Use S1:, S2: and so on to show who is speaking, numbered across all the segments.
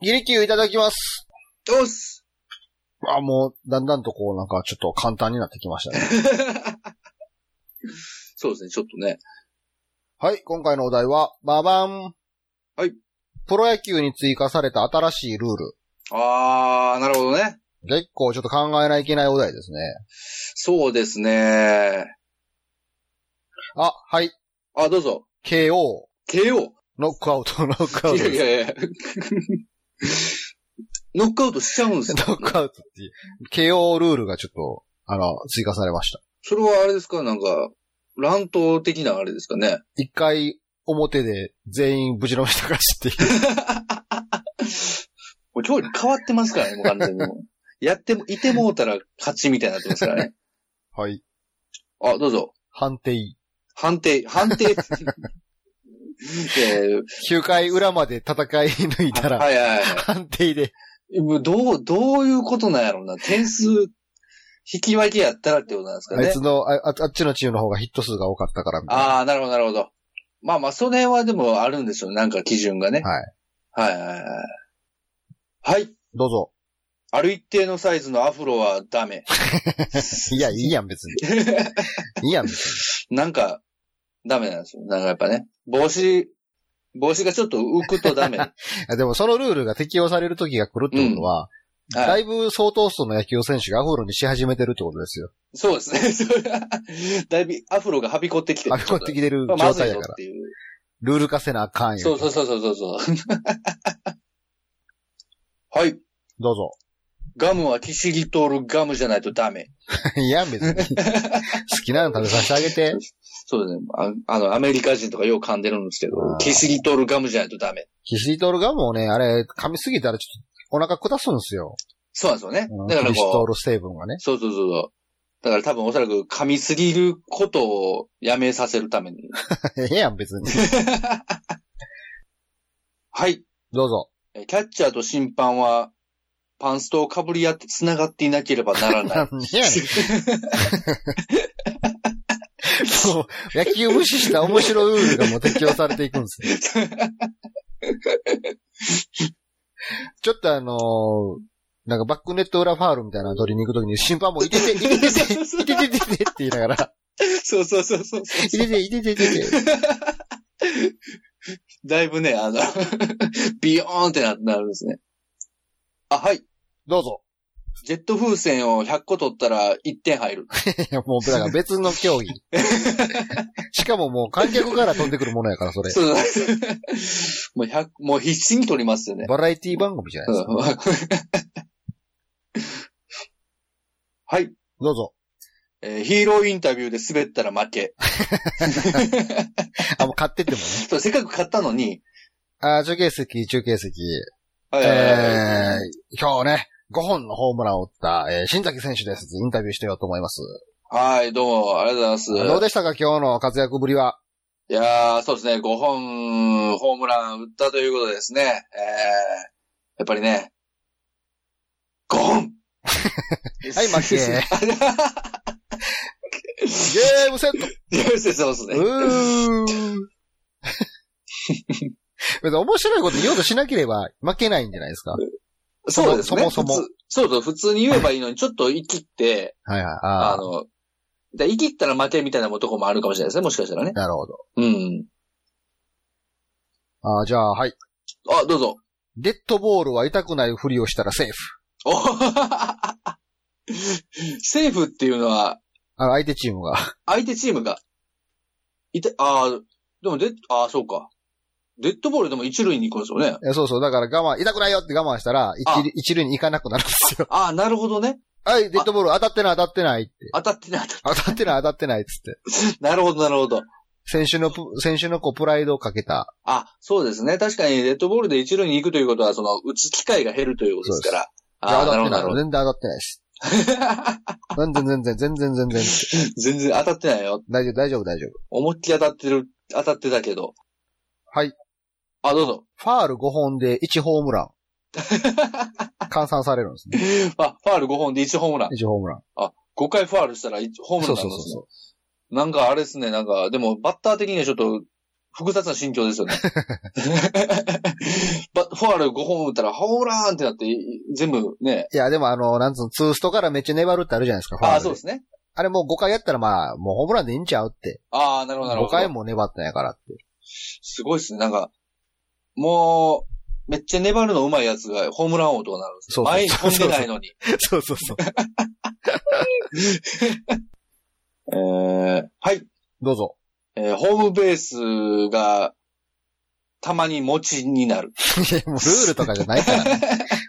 S1: ギリキューいただきます。
S2: どうす
S1: あ、もう、だんだんとこう、なんか、ちょっと簡単になってきました ね。
S2: そうですね、ちょっとね。
S1: はい、今回のお題は、ババン。
S2: はい。
S1: プロ野球に追加された新しいルール。
S2: あー、なるほどね。
S1: 結構ちょっと考えないといけないお題ですね。
S2: そうですね。
S1: あ、はい。
S2: あ、どうぞ。
S1: KO。
S2: KO。
S1: ノックアウト、ノックアウ
S2: い
S1: ト
S2: やい
S1: です。
S2: やい や。ノックアウトしちゃうんですね
S1: ノックアウトっていう。KO ルールがちょっと、あの、追加されました。
S2: それはあれですかなんか、乱闘的なあれですかね。
S1: 一回、表で全員無事の人が知っている。
S2: もう今日変わってますからね、もう完全に もう。やっても、いてもうたら勝ちみたいになってますからね。
S1: はい。
S2: あ、どうぞ。
S1: 判定。
S2: 判定、判 定。えー
S1: 9回裏まで戦い抜いたら、
S2: はいはいは
S1: 判定で。
S2: い。もうどう、どういうことなんやろうな。点数、引き分けやったらってことなんですか
S1: あい
S2: ね
S1: つ。のあ、ああっちのチームの方がヒット数が多かったからみたいな。
S2: ああ、なるほど、なるほど。まあまあ、その辺はでもあるんでしょうね。なんか基準がね。
S1: はい。
S2: はいはいはい。はい。
S1: どうぞ。
S2: ある一定のサイズのアフロはダメ。
S1: いや、いいや ん、別に。いいやん、別に。
S2: なんか、ダメなんですよ。なんかやっぱね。帽子、帽子がちょっと浮くとダ メ。はい
S1: あでも、そのルールが適用される時が来るってことは、だいぶ相当数の野球選手がアフロにし始めてるってことですよ。
S2: そうですねそれは。だいぶアフロがはびこってきて
S1: アフロってきてる
S2: まあま
S1: 状
S2: ずい
S1: 態
S2: ぞ
S1: だから。
S2: っていう。
S1: ルール化せなあかんよ。
S2: そうそうそうそうそう。 はい。
S1: どうぞ。
S2: ガムはきしぎとるガムじゃないとダメ。
S1: いや、別 に。好きなの食べさせてあげて。
S2: そうですねあ。あの、アメリカ人とかよう噛んでるんですけど
S1: あー、
S2: きしぎとるガムじゃないとダメ。
S1: キシリトールがもうね、あれ、噛みすぎたらちょっとお腹下すんですよ。
S2: そうなんですよね
S1: うん。
S2: だか
S1: キシ
S2: ら
S1: リト
S2: こ
S1: ー
S2: う、
S1: ル成分がね。
S2: そうそうそうそう。だから多分おそらく噛みすぎることをやめさせるために。
S1: ええやん、別に。
S2: はい。
S1: どうぞ。
S2: えキャッチャーと審判は、パンストを被り合って繋がっていなければなら
S1: な
S2: ない。
S1: んでやねん。もう野球無視した面白いルールがもう適用されていくんですね。 ちょっとあのーなんかバックネット裏ファールみたいなの取りに行くときに審判もいてて、いてててて、いててててって言いながら、
S2: そうそうそうそう。
S1: いてて、いてててて。
S2: だいぶね、あの、 ビヨーンってななるんですね。あ、はい。
S1: どうぞ。
S2: ジェット風船を100個取ったら1点入る。
S1: いや、もう、だから別の競技。しかももう観客から飛んでくるものやから、それ。
S2: そうそう もう100、もう必死に取りますよね。
S1: バラエティ番組じゃないですか。
S2: はい。
S1: どうぞ。
S2: えーヒーローインタビューで滑ったら負け。
S1: あ、もう買ってってもね。
S2: そうせっかく買ったのに、
S1: あ、中継席、中継席。
S2: は
S1: え
S2: いはいはいは
S1: ー、
S2: い
S1: 今日ね、5本のホームランを打った、えー、新崎選手です。インタビューしてようと思います。
S2: はい、どうも、ありがとうござい
S1: ど
S2: ま
S1: う
S2: す。
S1: でしたか、今日の活躍ぶりは。
S2: いやー、そうですね、5本ホームラン打ったということですね。えー、やっぱりね、5本
S1: はい負けゲームセット
S2: そうですね。
S1: うーん。別に面白いこと言おうとしなければ負けないんじゃないですか。はい
S2: そうですね。
S1: そもそも
S2: 普通そうそう、普通に言えばいいのに、ちょっと生きって、
S1: はい。
S2: あ
S1: ああ、
S2: の、で生きったら負けみたいなとこもあるかもしれないですね、もしかしたらね。
S1: なるほど。
S2: うん。
S1: あーじゃあ、はい。
S2: あ、どうぞ。
S1: デッドボールは痛くないふりをしたらセーフ。
S2: お セーフっていうのは、
S1: あの、相手チームが。
S2: 相手チームが、いて、ああ、でもで、ああ、そうか。デッドボールでも一塁に行くんですよね。
S1: えそうそう。だから我慢、痛くないよって我慢したら、一塁一塁に行かなくなるんですよ。
S2: ああ、なるほどね。
S1: はい、デッドボール当たってない当たってないって。
S2: 当たってない。当たっ
S1: 当たってない当たってないっつって。
S2: てなるほど、なるほど。
S1: 先週のプ、先週のこうプライドをかけた。
S2: あ、そうですね。確かに、デッドボールで一塁に行くということは、その、打つ機会が減るということですから。ああ、
S1: いや
S2: なるほ
S1: 当た
S2: ど、な
S1: って
S2: るほ
S1: ない。
S2: ど。
S1: 全然当たってないです。全然全然、全然全然。
S2: 全然当たってないよ。
S1: 大丈夫、大丈夫、大丈夫。
S2: 思いっきり当たってる、当たってたけど。
S1: はい。
S2: あ、どうぞ。
S1: ファール5本で1ホーム ラン。換算されるんですね。
S2: あ、ファール5本で1ホームラン。
S1: 1ホームラン。
S2: 5回ファールしたら1ホーム
S1: そ
S2: ラ
S1: うそ
S2: ンなん
S1: う
S2: で
S1: そう
S2: すね
S1: そ。
S2: なんかあれですね、なんか、でもバッター的にはちょっと、複雑な心境です よね。ばファール5本打ったら、ホームランってなって、い全部ね、
S1: いや、でもあの、なんつうの、ツーストからめっちゃ粘るってあるじゃないですか。ファウル
S2: ああ、そうですね。
S1: あれもう5回やったらまあ、もうホームランでいいんちゃうって。
S2: ああ、なるほど、なるほ
S1: 5
S2: ど。
S1: 回も粘ったんやからって。
S2: すごいですね。なんか、もう、めっちゃ粘るの上手いやつがホームラン王とかなるんです
S1: そ
S2: よ。
S1: うそう
S2: 前に飛んでないのに。
S1: そうそうそう。
S2: えーはい。
S1: どうぞ。
S2: えーホームベースが、たまに持ちになる。
S1: いやもうルールとかじゃない から、ね。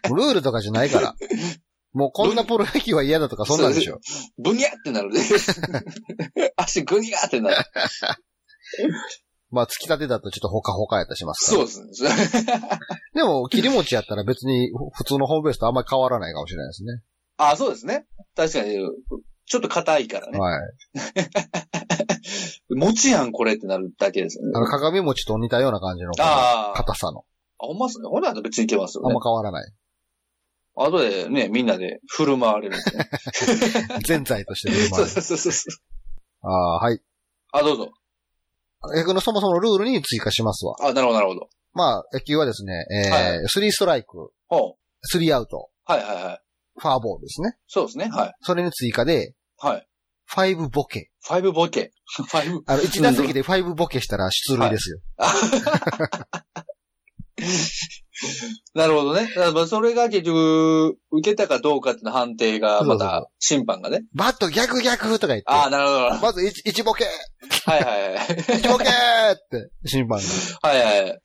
S1: もうルールとかじゃないから。もうこんなプロ野球は嫌だとかそんなんでしょ。
S2: ブニャっ てなるね。足グニャってなる。
S1: まあ、突き立てだとちょっとほかほかやったりしますか
S2: そ
S1: ら。
S2: うですね。
S1: でも、切り餅やったら別に普通のホームベースとあんまり変わらないかもしれないですね。
S2: あ、そうですね。確かに、ちょっと硬いからね。
S1: はい。
S2: 持ちやん、これってなるだけですよね
S1: あ。の、鏡餅と似たような感じの
S2: あーあ。
S1: 硬さの。
S2: ほんまっすね。ほんなら別にいけますよ
S1: あん
S2: ね
S1: ま。変わらない。
S2: あとでね、みんなで振る舞わ れるんですね。
S1: 全財として出る
S2: そ
S1: 前
S2: うそうそうそう。
S1: ああ、はい。
S2: あ、どうぞ。
S1: 逆のそもそものルールに追加しますわ。
S2: あ、なるほど、なるほど。
S1: まあ、野球はですね、えー
S2: は
S1: 3ストライク、
S2: ほ
S1: 3アウト、
S2: う。はいはいはい。
S1: ファーボールですね。
S2: そうですね。はい。
S1: それに追加で、
S2: はい。
S1: 5ボケ。
S2: ファイブボケ。 ファイブ。
S1: あの、1打席で5ボケしたら出塁ですよ。
S2: なるほどね。だからまあそれが結局、受けたかどうかっていうの判定が、
S1: そ
S2: ま
S1: うそう
S2: た、審判がね。
S1: バット逆逆とか言って。
S2: ああ、なるほど。なるほ
S1: まず 1, 1ボケ
S2: どはいはいはい。
S1: !1 ボケって、 審判が。
S2: はいはい。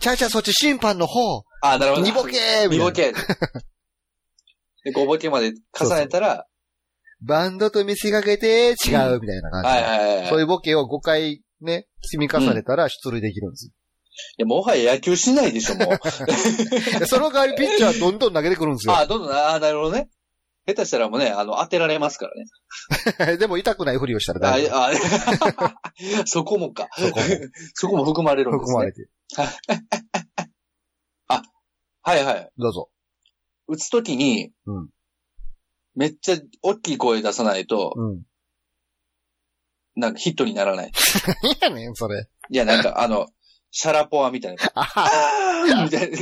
S1: ちゃいちゃいそっち審判の方
S2: ああ、なるほど。
S1: !2 ボケみたい
S2: 二
S1: な
S2: ボケ。で、5ボケまで重ねたら、
S1: バンドと見せかけて、違うみたいな感じ。
S2: はいはいはい
S1: そう
S2: はい。
S1: い
S2: いう
S1: ボケを5回ね、積み重ねたら出塁できるんです。
S2: や、もはや野球しないでしょ、もう。
S1: でその代わりピッチャーどんどん投げてくるんです
S2: ああ、どんどん、ああ、なるほどね。下手したらもうね、あの、当てられますからね。
S1: よ。 でも痛くないふりをしたら
S2: あ
S1: 大丈
S2: あ、 そこもか。
S1: 夫。そ こも
S2: そこも含まれるんです
S1: 含ま
S2: ね
S1: れ。て。
S2: はいはい。
S1: どうぞ。
S2: 打つときに、
S1: うん
S2: めっちゃ大きい声出さないと、
S1: うん。
S2: なんかヒットにならない。
S1: 何やねん、それ。
S2: いや、なんかあの、シャラポワみたいな。
S1: あは
S2: あーみたいな。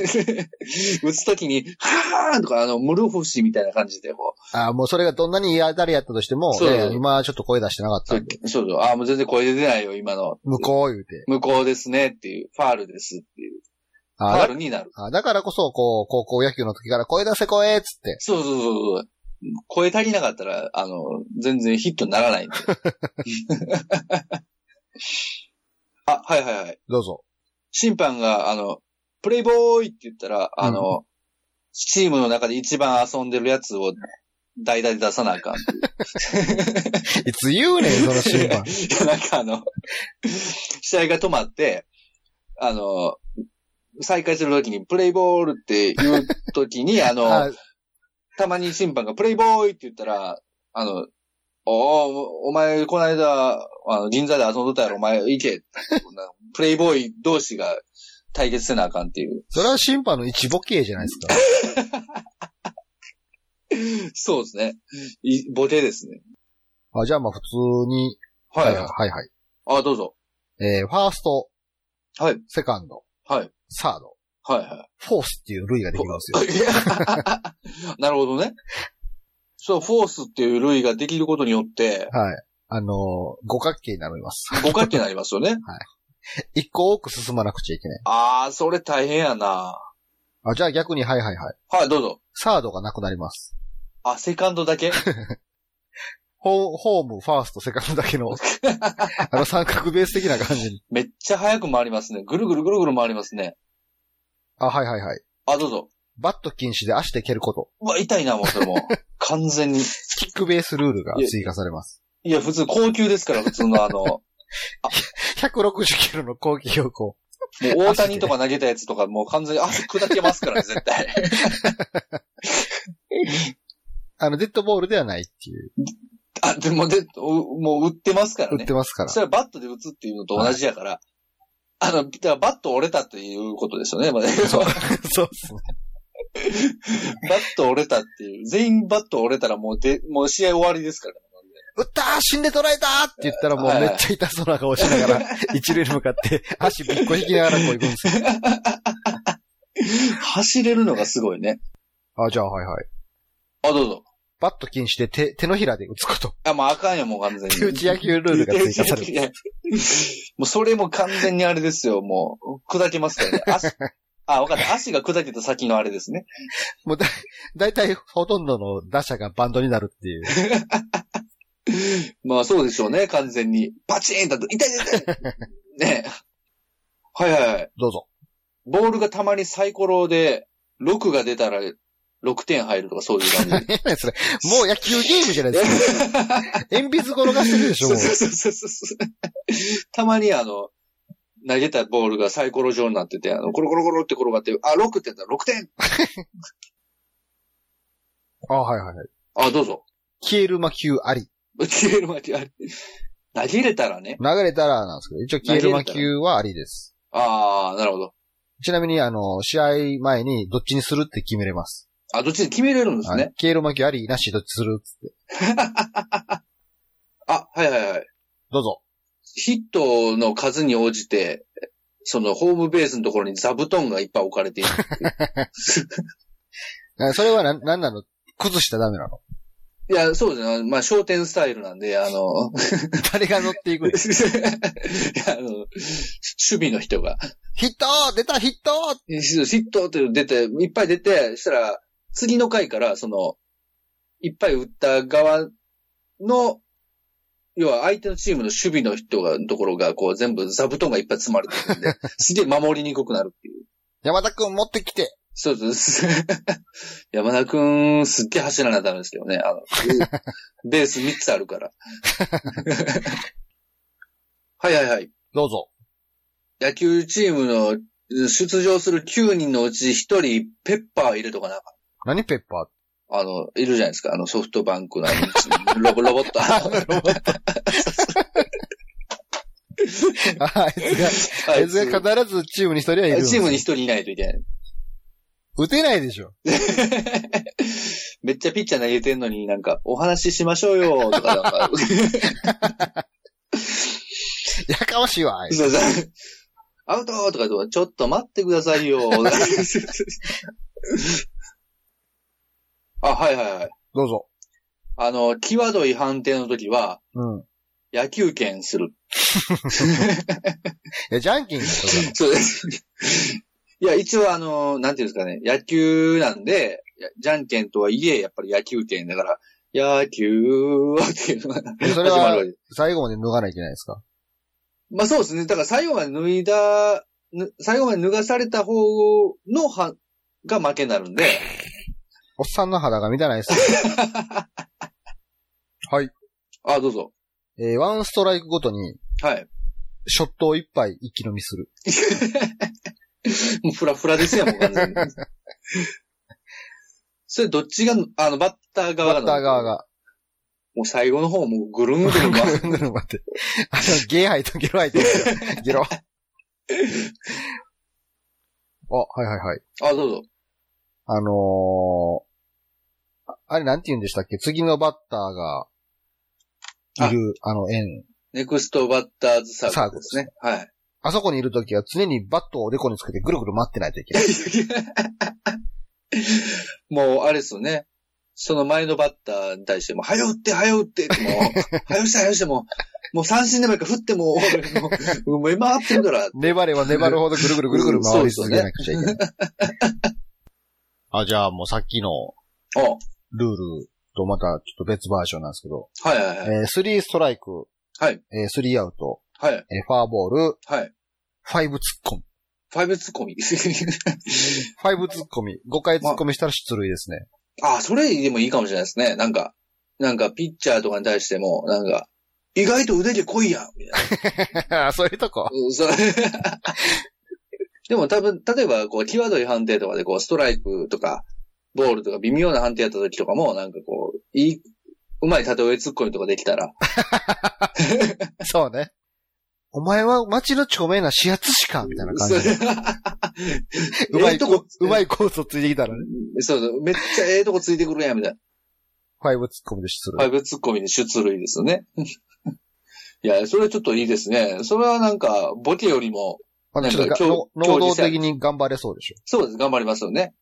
S2: 打つときに、はーとか、あの、ムルフシみたいな感じで、こう。
S1: あ、もうそれがどんなに嫌だれやったとしても、
S2: そう
S1: いや今はちょっと声出してなかった
S2: そ
S1: ん
S2: う
S1: で、
S2: そうそう。ああ、もう全然声出てないよ、今の。
S1: 向こう言うて。
S2: 向こうですねっていう、ファールですっていう。ファ
S1: あ
S2: ールになる。
S1: だあだからこそ、こう、高校野球の時から声出せ声っつって。
S2: そうそうそうそう。声足りなかったら、あの、全然ヒットにならないんで。あ、はいはいはい。
S1: どうぞ。
S2: 審判が、あの、プレイボーイって言ったら、あの、チームの中で一番遊んでるやつを代打で出さなあかんっていう。
S1: いつ言うねん、その審判。
S2: いや、なんかあの、試合が止まって、あの、再開するときに、プレイボールって言うとき に、あの、
S1: あ
S2: たまに審判がプレイボーイって言ったら、あの、おお、お前、この間、あの、銀座で遊んどったやろ、お前、行け。こんなプレイボーイ同士が対決せなあかんっていう。
S1: それは審判の一ボケじゃないですか。
S2: そうですね。いボケですね。
S1: あじゃあまあ普通に。
S2: はい。
S1: はいはい。
S2: あ、どうぞ。
S1: えー、ファースト、
S2: はい。
S1: セカンド、
S2: はい。
S1: サード、
S2: はい、は
S1: フォースっていう類ができますよ。
S2: い。 なるほどね。そう、フォースっていう類ができることによって、
S1: はい。あのー五角形になります。
S2: 五角形になりますよね。
S1: 一個多く進まなくちゃいけない。
S2: ああ、それ大変やな。
S1: あ、じゃあ逆に、はいはいはい。
S2: はい、どうぞ。
S1: サードがなくなります。
S2: あ、セカンドだけ
S1: ホーホーム、ファースト、セカンドだけ の、あの三角ベース的な感じに。
S2: めっちゃ早く回りますね。ぐるぐるぐるぐる回りますね。
S1: あ、はいはいはい。
S2: あ、どうぞ。
S1: バット禁止で足で蹴ること。
S2: うわ、痛いな、も うそれも。完全に。
S1: キックベースルールが追加されます。
S2: いや、普通、高級ですから、普通のあの、もう
S1: 160キロの攻撃をこ
S2: 大谷とか投げたやつとか、もう完全に足砕けますからね、絶対。
S1: う、あの、デッドボールではないっていう、
S2: あ、でも、で、うもう売ってますから
S1: 打っ
S2: ね。
S1: てますから。
S2: それはバットで打つっていうのと同じやから。あの、だからバット折れたっていうことですよね、まあバ
S1: そうっすね。
S2: ット折れたっていう。全員バット折れたらもうで、もう試合終わりですから、
S1: 撃ったー死んで捕らえたーって言ったらもう
S2: はい
S1: めっちゃ痛そうな顔しながら、 一塁に向かって足びっこ引きながらこう行くんですよ。
S2: 走れるのがすごいね。
S1: あ、じゃあはいはい。
S2: あ、どうぞ。
S1: バット禁止で手、手のひらで打つこと。
S2: あ、もうあかんよ、もう完全に。
S1: 手打ち野球ルールが追加される。
S2: る。もうそれも完全にあれですよ、もう。砕けますからね。足、あ、わかった。足が砕けた先のあれですね。
S1: もうだ、だいたいほとんどの打者がバンドになるっていう。
S2: まあそうでしょうね、完全に。パチーンだと、痛い痛い痛いねえはいはいはい。
S1: どうぞ。
S2: ボールがたまにサイコロで、6が出たら6点入るとかそういう 感じ。
S1: 何やねんそれ。もう野球ゲームじゃない ですか。鉛筆転がしてるでしょ、
S2: そ
S1: も
S2: う
S1: う。
S2: そうそうそうそう。たまにあの、投げたボールがサイコロ状になってて、あの、コロコロコロって転がって、あ、6点だ、6点
S1: あ、はいはいはい。
S2: あ、どうぞ。
S1: 消える魔球あり。
S2: 消えるまであれ。投げれたらね。
S1: 流れたらなんですけど、一応消える魔球はありです。
S2: ああ、なるほど。
S1: ちなみに、あの、試合前にどっちにするって決めれます。
S2: あ、どっちで決めれるんです
S1: はい
S2: ね。
S1: 消える魔球ありなしどっちするっつって。
S2: あ、はいはいはい。
S1: どうぞ。
S2: ヒットの数に応じて、そのホームベースのところに座布団がいっぱい置かれている。
S1: あそれは なん、なんなの崩したらダメなの
S2: いや、そうですねあの。まあ、商店スタイルなんで、あの、
S1: 誰が乗っていくの
S2: いやあの守備の人が、
S1: ヒットー出たヒットー
S2: ヒットって出て、いっぱい出て、したら、次の回から、その、いっぱい打った側の、要は相手のチームの守備の人が、ところが、こう全部座布団がいっぱい積まれてるんで、すげえ守りにくくなるっていう。
S1: 山田くん持ってきて
S2: そうです。山田くん、すっげえ走らなダメですけどね。あの、ベース3つあるから。はいはいはい。
S1: どうぞ。
S2: 野球チームのうん出場する9人のうち1人ペッパー入れとかな。
S1: 何ペッパー
S2: あの、いるじゃないですか。あの、ソフトバンクのあのロボ ロボット。あ の
S1: ああいつが、あ
S2: あ
S1: い
S2: いつ
S1: つが必ずチームに一人はいる。
S2: チームに1。人いないといけない。
S1: 打てないでしょ。
S2: めっちゃピッチャー投げてんのになんか、お話ししましょうよ、とかなんか。
S1: やかましいわ。あいつ
S2: そうそうアウトとか言うとちょっと待ってくださいよ。 あ、はいはいはい。
S1: どうぞ。
S2: あの、際どい判定の時は、
S1: うん。い
S2: 野球拳する。
S1: や、ジャンキンだよそれ は
S2: そうです。 いや、一応あの、なんていうんですかね、野球なんで、やじゃんけんとはいえ、やっぱり野球拳だから、野球はっていうのが
S1: それは
S2: 始まるわけです
S1: 最後まで脱がないといけないですか
S2: まあそうですね。だから最後まで脱いだ、ぬ最後まで脱がされた方のは、が負けになるんで、
S1: おっさんの肌が満たないです。はい。
S2: あ、どうぞ。
S1: えーワンストライクごとに、
S2: はい。
S1: ショットを一杯一気飲みする。
S2: もうフラフラですよ、もう完全に。それどっちが、あの、バッター側
S1: バ
S2: が
S1: ッター側
S2: が。
S1: が。
S2: もう最後の方、もうぐるんぐ
S1: ぐ
S2: る
S1: る
S2: ん
S1: ん
S2: 回
S1: ぐるん待って。あの、ゲーハイとゲロハイと ですよゲロ。あ、はいはいはい。
S2: あ、どうぞ。
S1: あのー、ああれなんて言うんでしたっけ次のバッターが、いる、あの、円。
S2: ネクストバッターズサークルですね。はい。
S1: あそこにいるときは常にバットをおでこにつけてぐるぐる待ってないといけない。
S2: もう、あれですよね。その前のバッターに対しても、早打って、早打って、もう、早打して、早打して、も う、もう三振でもいいから振ってもう、もう、もう今合ってるから、
S1: 粘れば粘るほどぐるぐるぐるぐる回り続けなくちゃいけない。 あ、じゃあもうさっきの
S2: お
S1: ルールとまたちょっと別バージョンなんですけど、
S2: はいはいはい。
S1: えー、3ストライク、
S2: はい。
S1: えー、3アウト、
S2: はい。
S1: えー、ファーボール、
S2: はい。
S1: 5ツッコミ。
S2: ファイブツッコミ。
S1: 5ツッコミ。5回ツッコミしたら出塁ですね。
S2: あ、それでもいいかもしれないですね。なんか、なんか、ピッチャーとかに対しても、なんか、意外と腕毛濃いやん、みたい な。
S1: そういうとこ。
S2: うんそうでも多分、例えば、こう、際どい判定とかで、こう、ストライクとか、ボールとか微妙な判定やった時とかも、なんかこう、いい、うまい例え突っ込みとかできたら、
S1: そうね。お前は街の著名な始圧師かみたいな感じで。
S2: そう
S1: うま
S2: ええ
S1: い
S2: とこ
S1: こ、うまいコースをついてきたらね。
S2: そうそう、めっちゃええとこついてくるやん、みたいな。
S1: ファイブツッコミで出
S2: ファ
S1: る。
S2: イブツッコミに出塁ですよね。 いや、それちょっといいですね。それはなんか、ボケよりも、
S1: あの、ちょっとが
S2: なんか強
S1: の能動的に頑張れそうでしょ。
S2: そうです、頑張りますよね。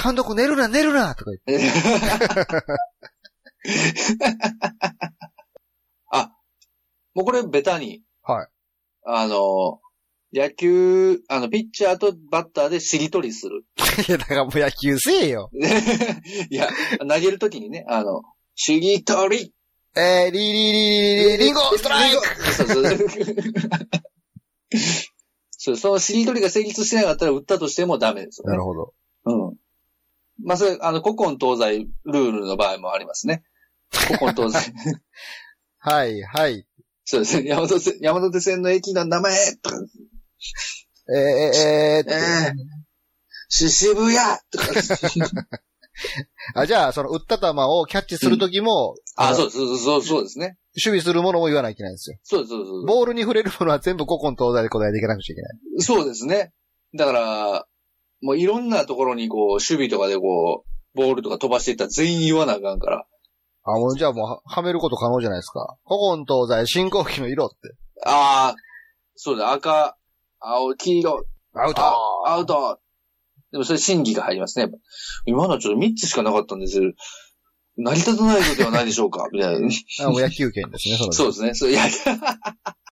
S1: 監督寝るな、寝るなとか言って。
S2: あ、もうこれベタに。
S1: はい。
S2: あの、野球、あの、ピッチャーとバッターでしりとりする。
S1: いや、だからもう野球せえよ。
S2: いや、投げるときにね、あの、しりとり
S1: えー、リリリリリリリンゴストライク
S2: そうそうそう。そう、そのしりとりが成立してなかったら打ったとしてもダメですよ
S1: な
S2: ね
S1: る。ほど。
S2: うん。まあ、それ、あの、古今東西ルールの場合もありますね。古今東西。
S1: はい、はい。
S2: そうですね。山手線、山手線の駅の名前とか、
S1: えー、えー、えー
S2: ええし、渋谷とか。
S1: あ、じゃあ、その、打った球をキャッチするときも、
S2: あ、
S1: の
S2: そうそうそう、そうですね。
S1: 守備するものも言わないといけないんですよ。
S2: そうですそうですそうで
S1: ボールに触れるものは全部古今東西で答えていかなくちゃいけない。
S2: す。そうですね。だから、もういろんなところにこう、守備とかでこう、ボールとか飛ばしていったら全員言わなあかんから。
S1: あ、もうじゃあもうは、はめること可能じゃないですか。古今東西、進行期の色って。
S2: ああ、そうだ、赤、青、黄色、
S1: アウト
S2: あアウト。でもそれ審議が入りますね。今のはちょっと3つしかなかったんですけど、 成り立たないのではないでしょうかみたいな。
S1: あもう野球圏ですね、その
S2: そうですね。そういや、